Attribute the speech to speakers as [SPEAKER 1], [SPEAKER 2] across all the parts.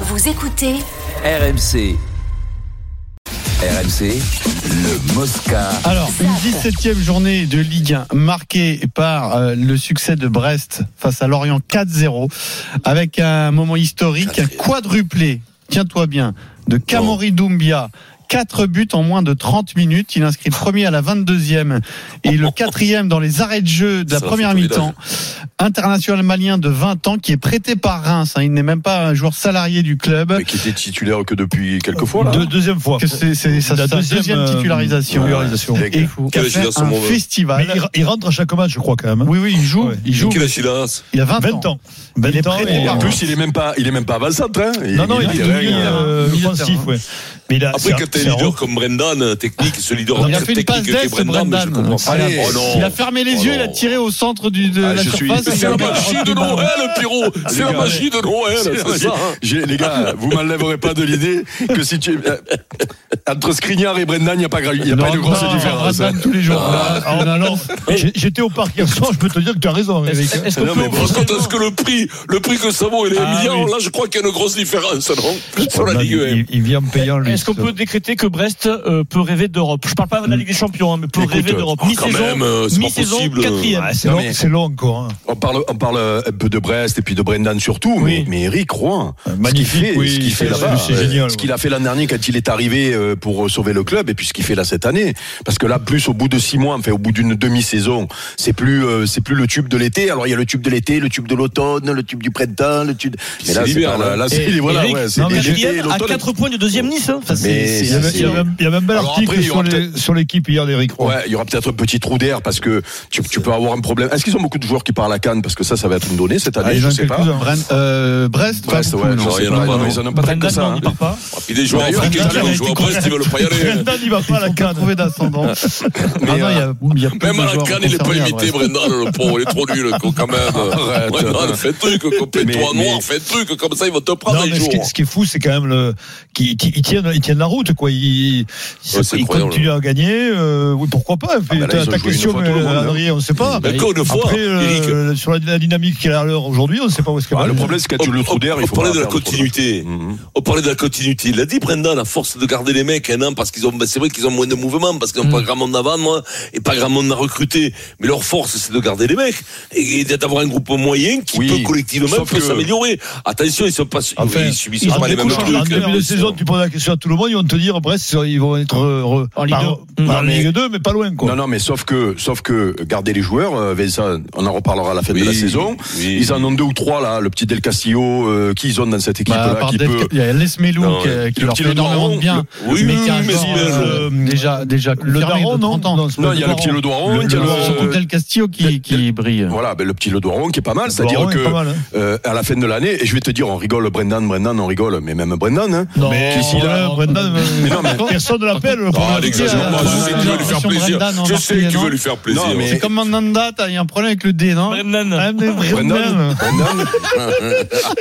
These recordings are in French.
[SPEAKER 1] Vous écoutez
[SPEAKER 2] RMC. RMC, le Mosca.
[SPEAKER 3] Alors, une 17e journée de Ligue 1 marquée par euh, le succès de Brest face à Lorient 4-0 avec un moment historique, un quadruplé, tiens-toi bien, de Kamori Doumbia. 4 buts en moins de 30 minutes. Il inscrit le premier à la 22e et le quatrième dans les arrêts de jeu de la
[SPEAKER 4] Ça,
[SPEAKER 3] première
[SPEAKER 4] c'est
[SPEAKER 3] mi-temps. International malien de 20 ans qui est prêté par Reims. hein. Il n'est même pas un joueur salarié du club.
[SPEAKER 4] Mais qui était titulaire que depuis quelques fois là.
[SPEAKER 5] Deux- deuxième fois.
[SPEAKER 3] Que c'est c'est sa,
[SPEAKER 5] La
[SPEAKER 3] sa deuxième,
[SPEAKER 5] euh,
[SPEAKER 3] titularisation.
[SPEAKER 5] titularisation.
[SPEAKER 4] Ouais.
[SPEAKER 3] Et
[SPEAKER 4] Quel
[SPEAKER 3] qu'a
[SPEAKER 4] âge il a,
[SPEAKER 3] fait
[SPEAKER 4] ce
[SPEAKER 3] un
[SPEAKER 4] mauvais
[SPEAKER 5] Mais
[SPEAKER 3] festival.
[SPEAKER 5] il, il rentre à chaque match, je crois, quand même. hein.
[SPEAKER 3] Oui, oui, il joue.
[SPEAKER 5] Ouais.
[SPEAKER 3] Il joue.
[SPEAKER 4] Quel silence
[SPEAKER 3] Il a 20,
[SPEAKER 5] 20 ans.
[SPEAKER 3] Il est
[SPEAKER 5] 20 ans.
[SPEAKER 3] prêté
[SPEAKER 5] et- euh,
[SPEAKER 3] par
[SPEAKER 4] En plus, il est même pas, il est même pas avant-centre. Hein.
[SPEAKER 5] non, non, il, est devenu
[SPEAKER 4] rien, hein.
[SPEAKER 5] euh,
[SPEAKER 3] milieu de
[SPEAKER 5] offensif,
[SPEAKER 3] terrain.
[SPEAKER 5] ouais. Mais il
[SPEAKER 6] Ah,
[SPEAKER 5] a, c'est
[SPEAKER 7] Après,
[SPEAKER 5] un-
[SPEAKER 7] quand t'es
[SPEAKER 5] c'est un
[SPEAKER 7] leader comme Brendan, euh, technique, ce leader
[SPEAKER 3] Il a
[SPEAKER 7] très
[SPEAKER 3] fait une passe
[SPEAKER 7] technique
[SPEAKER 3] d'aile,
[SPEAKER 7] qu'est
[SPEAKER 3] ce
[SPEAKER 7] Brendan, mais je
[SPEAKER 3] Brendan.
[SPEAKER 7] comprends pas.
[SPEAKER 4] Allez.
[SPEAKER 7] Oh non.
[SPEAKER 3] Il a fermé les
[SPEAKER 7] Oh
[SPEAKER 3] yeux,
[SPEAKER 7] non.
[SPEAKER 3] il a tiré au centre du, de
[SPEAKER 4] Ah,
[SPEAKER 3] la
[SPEAKER 4] je suis-
[SPEAKER 3] surface.
[SPEAKER 4] c'est
[SPEAKER 7] C'est
[SPEAKER 3] Il
[SPEAKER 7] la
[SPEAKER 3] a-
[SPEAKER 7] magie de Noël, Pierrot C'est la
[SPEAKER 5] gars,
[SPEAKER 7] magie de Noël, c'est ça hein.
[SPEAKER 4] J'ai- les gars, vous m'enlèverez pas de l'idée que si tu euh, entre Skriniar et Brendan, il n'y a pas, gra- il y a
[SPEAKER 3] Non,
[SPEAKER 4] pas de grosse
[SPEAKER 3] non,
[SPEAKER 4] différence.
[SPEAKER 3] Brendan tous les jours.
[SPEAKER 5] Ah, en allant- j'ai- J'étais au parc hier soir, je peux te dire que tu as raison. Eric.
[SPEAKER 4] Non, mais bon,
[SPEAKER 7] Par contre, est-ce euh, que le prix, le prix que ça vaut, il est
[SPEAKER 5] Ah,
[SPEAKER 7] milliard
[SPEAKER 5] oui.
[SPEAKER 7] Là, je crois qu'il y a une grosse différence, non Sur la
[SPEAKER 5] Non,
[SPEAKER 7] Ligue 1.
[SPEAKER 5] il, il vient en payant, lui.
[SPEAKER 6] Est-ce qu'on peut décréter que Brest euh, peut rêver d'Europe Je parle pas de la Ligue des Champions, hein, mais peut
[SPEAKER 4] Écoute,
[SPEAKER 6] rêver d'Europe.
[SPEAKER 7] oh, quand
[SPEAKER 6] mi-saison,
[SPEAKER 7] même, euh, c'est pas
[SPEAKER 6] mi-saison,
[SPEAKER 7] possible.
[SPEAKER 6] quatrième.
[SPEAKER 5] Ah, C'est
[SPEAKER 4] Non,
[SPEAKER 5] long,
[SPEAKER 4] mais-
[SPEAKER 5] c'est long encore. hein.
[SPEAKER 4] On parle, on parle euh, un peu de Brest et puis de Brendan surtout, mais, mais Eric Rouen,
[SPEAKER 5] magnifique,
[SPEAKER 4] ce qu'il fait,
[SPEAKER 5] oui,
[SPEAKER 4] ce qu'il fait
[SPEAKER 5] c'est-
[SPEAKER 4] là-bas,
[SPEAKER 5] c'est
[SPEAKER 4] euh,
[SPEAKER 5] génial,
[SPEAKER 4] ce qu'il a fait l'an dernier quand il est arrivé euh, pour sauver le club, et puis ce qu'il fait là cette année, parce que là plus au bout de six mois, enfin au bout d'une demi-saison, c'est plus, euh, c'est plus le tube de l'été. Alors il y a le tube de l'été, le tube de l'automne, le tube du printemps, le tube.
[SPEAKER 7] c'est l'hiver,
[SPEAKER 4] pas-
[SPEAKER 7] là.
[SPEAKER 4] là, c'est
[SPEAKER 6] Et-
[SPEAKER 4] voilà,
[SPEAKER 6] Eric,
[SPEAKER 4] ouais, c'est
[SPEAKER 5] non, mais
[SPEAKER 4] l'été,
[SPEAKER 6] Quatrième à
[SPEAKER 4] l'automne.
[SPEAKER 6] 4 points du deuxième Nice. hein. Enfin,
[SPEAKER 4] Mais
[SPEAKER 6] c'est-
[SPEAKER 5] Il y avait-
[SPEAKER 4] c'est-
[SPEAKER 5] il y avait un- il y avait un bel
[SPEAKER 4] Alors
[SPEAKER 5] article
[SPEAKER 4] après, il y aura
[SPEAKER 5] sur les- sur l'équipe hier d'Eric Roy.
[SPEAKER 4] Ouais, il y aura peut-être un petit trou d'air parce que tu, tu peux avoir un problème. Est-ce qu'ils ont beaucoup de joueurs qui parlent à Cannes Parce que ça, ça va être une donnée cette
[SPEAKER 5] Ah,
[SPEAKER 4] année,
[SPEAKER 5] ils
[SPEAKER 4] je
[SPEAKER 5] ont
[SPEAKER 4] sais pas.
[SPEAKER 5] quelques-uns.
[SPEAKER 3] Bren- euh, Brest, pas
[SPEAKER 4] Brest,
[SPEAKER 3] beaucoup,
[SPEAKER 4] ouais,
[SPEAKER 3] non.
[SPEAKER 4] genre, il y en a
[SPEAKER 3] Ouais,
[SPEAKER 4] pas,
[SPEAKER 3] non.
[SPEAKER 4] ils en ont pas tant que
[SPEAKER 6] Brendan,
[SPEAKER 4] ça.
[SPEAKER 6] non,
[SPEAKER 4] hein.
[SPEAKER 6] il part pas.
[SPEAKER 7] Ah, Puis des joueurs
[SPEAKER 4] D'ailleurs,
[SPEAKER 7] africains
[SPEAKER 4] Brendan,
[SPEAKER 7] qui
[SPEAKER 4] il a
[SPEAKER 7] vont jouer à
[SPEAKER 5] été
[SPEAKER 7] Brest, ils veulent pas y aller. hein.
[SPEAKER 5] Brendan, il va pas à la
[SPEAKER 3] Ils ont
[SPEAKER 5] canne.
[SPEAKER 3] pas trouvé d'ascendant.
[SPEAKER 4] Mais,
[SPEAKER 3] Ah non, il y a- il y a peu de
[SPEAKER 7] Même à la
[SPEAKER 3] joueurs
[SPEAKER 7] canne, il est pas
[SPEAKER 3] concernés à
[SPEAKER 7] imité,
[SPEAKER 3] Brest.
[SPEAKER 7] Brendan, le pauvre. Il est trop nul, quand même.
[SPEAKER 4] Arrête.
[SPEAKER 7] Brendan, fais truc, complète-toi
[SPEAKER 4] Mais-
[SPEAKER 7] noir,
[SPEAKER 4] mais-
[SPEAKER 7] fais truc, comme ça, ils vont te prendre
[SPEAKER 5] Non,
[SPEAKER 7] un
[SPEAKER 5] mais ce
[SPEAKER 7] jour.
[SPEAKER 5] qui, ce qui est fou, c'est quand même le, qu'ils qu'ils- ils tiennent, ils tiennent la route, quoi. Ils, ils-
[SPEAKER 7] c'est
[SPEAKER 5] ils
[SPEAKER 7] incroyable.
[SPEAKER 5] continuent à gagner. euh, oui, pourquoi pas
[SPEAKER 4] Ah, bah là,
[SPEAKER 5] Ta-
[SPEAKER 4] ils
[SPEAKER 5] Ta
[SPEAKER 4] ont joué une
[SPEAKER 5] question,
[SPEAKER 4] fois tout le monde, hein.
[SPEAKER 5] Adrien, on ne sait pas.
[SPEAKER 7] Mais encore une fois,
[SPEAKER 5] Après, euh,
[SPEAKER 7] Eric.
[SPEAKER 5] sur la, la dynamique qu'il a à l'heure aujourd'hui, on ne sait pas où est-ce qu'elle
[SPEAKER 4] Ah,
[SPEAKER 5] va.
[SPEAKER 4] le problème, c'est quand tu
[SPEAKER 7] On-
[SPEAKER 4] le trou d'air,
[SPEAKER 7] on-
[SPEAKER 4] il faut
[SPEAKER 7] On parlait
[SPEAKER 4] pas
[SPEAKER 7] de la
[SPEAKER 4] perdre trop d'air.
[SPEAKER 7] continuité.
[SPEAKER 4] Mhm.
[SPEAKER 7] On parlait de la continuité. Il l'a dit, Brendan, à force de garder les mecs un an, parce qu'ils ont, bah, c'est vrai qu'ils ont moins de mouvement, parce qu'ils n'ont pas grand monde à vendre, et pas grand monde à recruter. Mais leur force, c'est de garder les mecs. Et, et d'avoir un groupe moyen qui
[SPEAKER 4] Oui.
[SPEAKER 7] peut collectivement
[SPEAKER 4] Sauf
[SPEAKER 7] peut
[SPEAKER 4] que-
[SPEAKER 7] s'améliorer. Attention, ils sont pas, su-
[SPEAKER 5] Enfin,
[SPEAKER 7] ils subissent pas les mêmes
[SPEAKER 5] couches, En
[SPEAKER 7] trucs.
[SPEAKER 5] début de saison, tu poses la question à tout le monde, ils vont te dire, Brest, ils vont être euh, re-
[SPEAKER 6] En Ligue
[SPEAKER 5] par-
[SPEAKER 6] deux.
[SPEAKER 5] par
[SPEAKER 6] Non, mais-
[SPEAKER 5] Ligue 2, mais pas loin, quoi.
[SPEAKER 4] Non, non, mais sauf que, sauf que garder les joueurs, euh, Vincent, on en reparlera à la fin de la
[SPEAKER 7] Oui,
[SPEAKER 4] saison.
[SPEAKER 7] oui.
[SPEAKER 4] Ils en ont deux ou trois, là, le petit Del Castillo, euh, qui ils ont dans cette
[SPEAKER 3] Bah, à
[SPEAKER 4] équipe-là,
[SPEAKER 3] part
[SPEAKER 4] qui
[SPEAKER 3] Del-
[SPEAKER 4] peut.
[SPEAKER 3] Il y a Les Melou
[SPEAKER 7] Non,
[SPEAKER 3] qui,
[SPEAKER 7] le
[SPEAKER 3] qui leur
[SPEAKER 4] petit
[SPEAKER 3] fait
[SPEAKER 4] Le
[SPEAKER 3] énormément
[SPEAKER 4] Daron,
[SPEAKER 3] de bien.
[SPEAKER 7] le- oui,
[SPEAKER 3] mais
[SPEAKER 7] oui,
[SPEAKER 3] qui a un
[SPEAKER 7] mais
[SPEAKER 3] genre,
[SPEAKER 7] c'est,
[SPEAKER 3] euh, déjà, déjà
[SPEAKER 5] Le
[SPEAKER 3] confirmé
[SPEAKER 5] daron,
[SPEAKER 3] de
[SPEAKER 5] non
[SPEAKER 3] 30 ans.
[SPEAKER 5] Non, c'est pas
[SPEAKER 4] Non, il y a le petit Le Doiron, il y a
[SPEAKER 3] Le- surtout
[SPEAKER 4] le.
[SPEAKER 3] Del Castillo qui, qui brille.
[SPEAKER 4] Voilà, ben, le petit Le Doiron qui est pas mal, c'est-à-dire
[SPEAKER 5] Doiron est
[SPEAKER 4] que
[SPEAKER 5] pas mal, hein.
[SPEAKER 4] euh, à la fin de l'année, et je vais te dire, on rigole, Brendan, Brendan, on rigole, mais même Brendan, hein,
[SPEAKER 5] Non,
[SPEAKER 4] Qui s'il a-
[SPEAKER 5] là, Brendan,
[SPEAKER 3] euh,
[SPEAKER 4] Mais non, mais-
[SPEAKER 5] personne ne l'appelle. le
[SPEAKER 7] Ah,
[SPEAKER 5] problème.
[SPEAKER 7] n'exagère pas, je sais que tu veux lui faire
[SPEAKER 3] Attention,
[SPEAKER 7] plaisir.
[SPEAKER 3] Brendan, on
[SPEAKER 7] Je
[SPEAKER 3] va
[SPEAKER 7] sais que tu
[SPEAKER 3] marquer,
[SPEAKER 7] veux
[SPEAKER 3] non
[SPEAKER 7] lui faire plaisir.
[SPEAKER 4] Non, mais-
[SPEAKER 3] C'est comme Mandanda, t'as- il y a un problème avec le dé, non
[SPEAKER 6] Brendan.
[SPEAKER 5] Ah, mais
[SPEAKER 4] Brendan,
[SPEAKER 5] Brendan.
[SPEAKER 4] Brendan,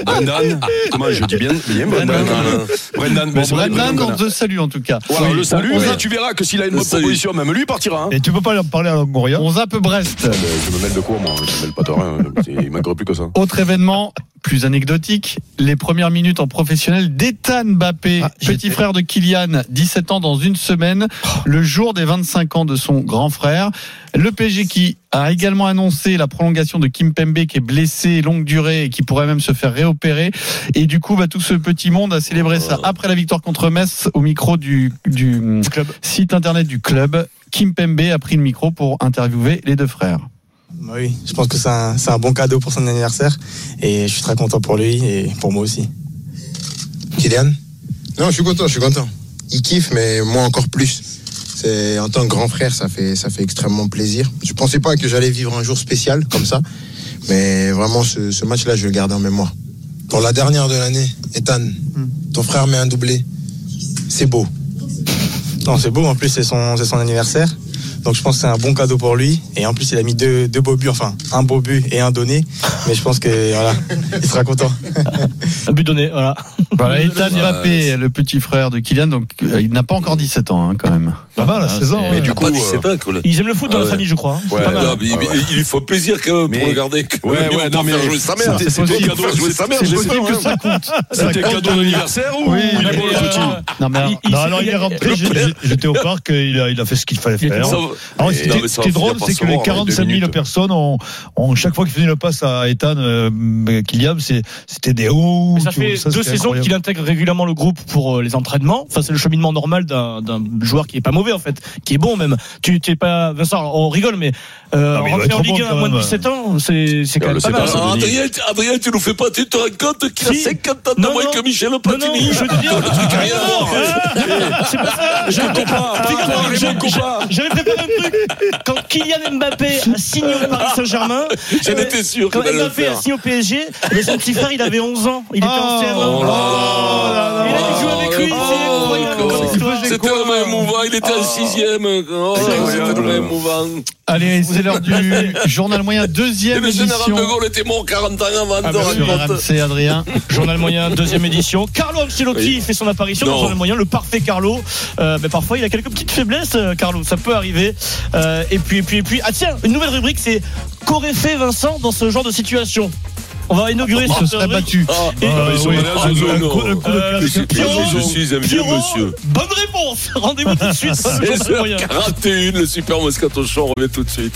[SPEAKER 4] Brendan, comment je dis bien, bien Ah, Brendan,
[SPEAKER 7] Brendan.
[SPEAKER 4] Brendan, mais
[SPEAKER 3] Bon,
[SPEAKER 4] c'est vrai,
[SPEAKER 3] Brendan,
[SPEAKER 4] Brendan.
[SPEAKER 3] on te salue en tout cas.
[SPEAKER 4] Voilà, on
[SPEAKER 3] Oui,
[SPEAKER 4] le salue,
[SPEAKER 3] on-
[SPEAKER 4] mais tu verras que s'il a une
[SPEAKER 7] Le
[SPEAKER 4] bonne
[SPEAKER 7] salue.
[SPEAKER 4] proposition, même lui, il partira. hein.
[SPEAKER 5] Et tu peux pas leur parler à Longoria.
[SPEAKER 3] On zappe Brest.
[SPEAKER 4] Euh, Je me mêle de quoi, moi Je me mêle pas de rien. C'est- Il manquerait plus que ça.
[SPEAKER 3] Autre événement plus anecdotique, les premières minutes en professionnel d'Ethan Mbappé,
[SPEAKER 5] Ah,
[SPEAKER 3] petit
[SPEAKER 5] j'étais-
[SPEAKER 3] frère de Kylian, 17 ans dans une semaine, le jour des 25 ans de son grand frère. Le PSG qui a également annoncé la prolongation de Kim Pembe qui est blessé longue durée et qui pourrait même se faire réopérer. Et du coup, bah, tout ce petit monde a célébré ça après la victoire contre Metz au micro du, du
[SPEAKER 5] Club.
[SPEAKER 3] site internet du club. Kim Pembe a pris le micro pour interviewer les deux frères.
[SPEAKER 8] Bah oui, je pense que c'est un, c'est un bon cadeau pour son anniversaire et je suis très content pour lui et pour moi aussi.
[SPEAKER 9] Kylian Non, je suis content, je suis content. Il kiffe, mais moi encore plus. C'est en tant que grand frère, ça fait, ça fait extrêmement plaisir. Je pensais pas que j'allais vivre un jour spécial comme ça, mais vraiment ce, ce match-là, je vais le garder en mémoire. Pour la dernière de l'année, Ethan,
[SPEAKER 8] Hmm.
[SPEAKER 9] ton frère met un doublé. C'est beau.
[SPEAKER 8] Non, c'est beau, en plus c'est son, c'est son anniversaire, donc je pense que c'est un bon cadeau pour lui et en plus il a mis deux, deux beaux buts, enfin un beau but et un donné, mais je pense que voilà, il sera content.
[SPEAKER 6] Un but donné, voilà.
[SPEAKER 3] Voilà, Bah, Ethan
[SPEAKER 7] Ouais,
[SPEAKER 3] Mbappé, le petit frère de Kylian, donc euh, il n'a pas encore 17 ans hein, quand même.
[SPEAKER 5] Pas mal, à 16 ans.
[SPEAKER 4] Mais
[SPEAKER 5] ouais.
[SPEAKER 4] du
[SPEAKER 7] Du
[SPEAKER 4] coup,
[SPEAKER 7] pas
[SPEAKER 4] euh,
[SPEAKER 7] 17 ans, Colin.
[SPEAKER 6] Ils aiment le foot dans
[SPEAKER 7] Ah
[SPEAKER 6] la
[SPEAKER 7] ouais.
[SPEAKER 6] famille, je crois. hein.
[SPEAKER 4] Ouais,
[SPEAKER 6] Pas mal.
[SPEAKER 7] Non, mais il, il- il lui faut plaisir quand même
[SPEAKER 4] Mais-
[SPEAKER 7] pour regarder. que-
[SPEAKER 4] Ouais, ouais,
[SPEAKER 7] pour faire
[SPEAKER 4] non, mais-
[SPEAKER 7] jouer sa mère.
[SPEAKER 4] c'est- c'est
[SPEAKER 7] pour
[SPEAKER 4] possible.
[SPEAKER 7] faire jouer sa mère.
[SPEAKER 4] C'est
[SPEAKER 7] je sais
[SPEAKER 4] possible
[SPEAKER 7] pas,
[SPEAKER 4] que
[SPEAKER 7] ouais.
[SPEAKER 4] ça
[SPEAKER 3] compte.
[SPEAKER 4] C'était cadeau d'anniversaire ou
[SPEAKER 3] Oui,
[SPEAKER 4] il est
[SPEAKER 6] mais,
[SPEAKER 4] bon le
[SPEAKER 6] euh,
[SPEAKER 4] petit
[SPEAKER 3] Non, mais alors,
[SPEAKER 6] Il- il-
[SPEAKER 3] non, alors, il est rentré.
[SPEAKER 5] J'ai- j'ai- J'étais au parc,
[SPEAKER 3] euh,
[SPEAKER 5] il a, il a fait ce qu'il fallait
[SPEAKER 6] Il était
[SPEAKER 5] faire.
[SPEAKER 7] Ça va-
[SPEAKER 5] Ah ouais,
[SPEAKER 7] Mais-
[SPEAKER 5] ce qui
[SPEAKER 7] non,
[SPEAKER 5] était-
[SPEAKER 7] mais
[SPEAKER 5] ce
[SPEAKER 7] ça
[SPEAKER 5] qui
[SPEAKER 7] va
[SPEAKER 5] est
[SPEAKER 7] finir
[SPEAKER 5] drôle,
[SPEAKER 7] par
[SPEAKER 5] c'est
[SPEAKER 7] se
[SPEAKER 5] que les
[SPEAKER 7] voir en deux
[SPEAKER 5] 45 000
[SPEAKER 7] minutes.
[SPEAKER 5] personnes, ont, ont- chaque fois qu'ils faisaient le pass à Ethan euh, mm, Kyliam, c'est- c'était des hauts.
[SPEAKER 6] Mais ça fait deux saisons qu'il intègre régulièrement le groupe pour euh, les entraînements. Enfin, c'est le cheminement normal d'un d'un joueur qui est pas mauvais en fait, qui est bon même. Tu tu es pas Vincent, alors, on rigole, mais, euh,
[SPEAKER 5] Non, mais il doit
[SPEAKER 6] rentrer en
[SPEAKER 5] être
[SPEAKER 6] Ligue
[SPEAKER 5] bon,
[SPEAKER 6] 1 à
[SPEAKER 5] quand
[SPEAKER 6] moins de
[SPEAKER 5] même.
[SPEAKER 6] 17 ans, c'est c'est quand
[SPEAKER 4] On
[SPEAKER 6] même
[SPEAKER 4] le
[SPEAKER 6] pas
[SPEAKER 4] sait
[SPEAKER 6] mal.
[SPEAKER 4] pas, ça.
[SPEAKER 7] Ah, Adrien, Adrien, tu nous fais pas, tu te rends compte qu'il a
[SPEAKER 6] Si.
[SPEAKER 7] 50 ans de
[SPEAKER 6] Non,
[SPEAKER 7] moins
[SPEAKER 6] non.
[SPEAKER 7] que Michel
[SPEAKER 6] Non,
[SPEAKER 7] Platini.
[SPEAKER 6] non, je veux dire, euh,
[SPEAKER 7] Le truc a rien à voir.
[SPEAKER 6] c'est pas ça.
[SPEAKER 7] Je comprends pas.
[SPEAKER 6] Ah,
[SPEAKER 7] Regarde,
[SPEAKER 6] attends,
[SPEAKER 7] je
[SPEAKER 6] j'ai-
[SPEAKER 7] comprends pas.
[SPEAKER 6] j'ai- J'avais préparé un truc. Quand Kylian Mbappé a signé au Paris Saint-Germain,
[SPEAKER 7] J'en
[SPEAKER 6] euh,
[SPEAKER 7] étais sûr
[SPEAKER 6] quand
[SPEAKER 7] qu'il allait le
[SPEAKER 6] Mbappé a
[SPEAKER 7] faire.
[SPEAKER 6] signé au PSG, mais son petit frère, il avait 11 ans. Il était en CM1.
[SPEAKER 7] Oh là là
[SPEAKER 6] Et là, il joue
[SPEAKER 7] là
[SPEAKER 6] avec
[SPEAKER 7] là
[SPEAKER 6] lui,
[SPEAKER 7] là
[SPEAKER 6] c'est
[SPEAKER 7] là
[SPEAKER 6] incroyable
[SPEAKER 7] là
[SPEAKER 6] comme
[SPEAKER 7] là.
[SPEAKER 6] histoire.
[SPEAKER 7] C'était tellement émouvant, il était en sixième. Oh, C'était tellement émouvant.
[SPEAKER 3] Allez, c'est l'heure du journal moyen,
[SPEAKER 7] Et
[SPEAKER 3] deuxième
[SPEAKER 7] le général
[SPEAKER 3] édition.
[SPEAKER 7] de Gaulle était mort 40 ans avant de
[SPEAKER 3] Sur
[SPEAKER 7] raconter.
[SPEAKER 3] RMC, Adrien.
[SPEAKER 6] Journal moyen, deuxième édition. Carlo Ancelotti
[SPEAKER 7] Oui.
[SPEAKER 6] fait son apparition
[SPEAKER 7] Non.
[SPEAKER 6] dans Journal moyen, le parfait Carlo. Euh, mais parfois, il a quelques petites faiblesses, euh, Carlo, ça peut arriver. Euh, et puis, et puis, et puis. Ah tiens, une nouvelle rubrique, c'est Qu'aurait fait Vincent dans ce genre de situation On va inaugurer
[SPEAKER 3] Se
[SPEAKER 6] cette
[SPEAKER 3] serait
[SPEAKER 6] rubrique.
[SPEAKER 3] battu. Euh,
[SPEAKER 6] Et-
[SPEAKER 7] Ah, ils sont
[SPEAKER 5] oui.
[SPEAKER 7] malades, ils
[SPEAKER 5] Un
[SPEAKER 7] ont-
[SPEAKER 5] coup- un coup de-
[SPEAKER 7] Ah. Je suis- Je suis un vieux
[SPEAKER 6] Pierrot, Ah,
[SPEAKER 7] monsieur.
[SPEAKER 6] Bonne réponse Rendez-vous tout de suite sur le journal moyen.
[SPEAKER 7] 16h41, le Super Moscato Show, on revient tout de suite.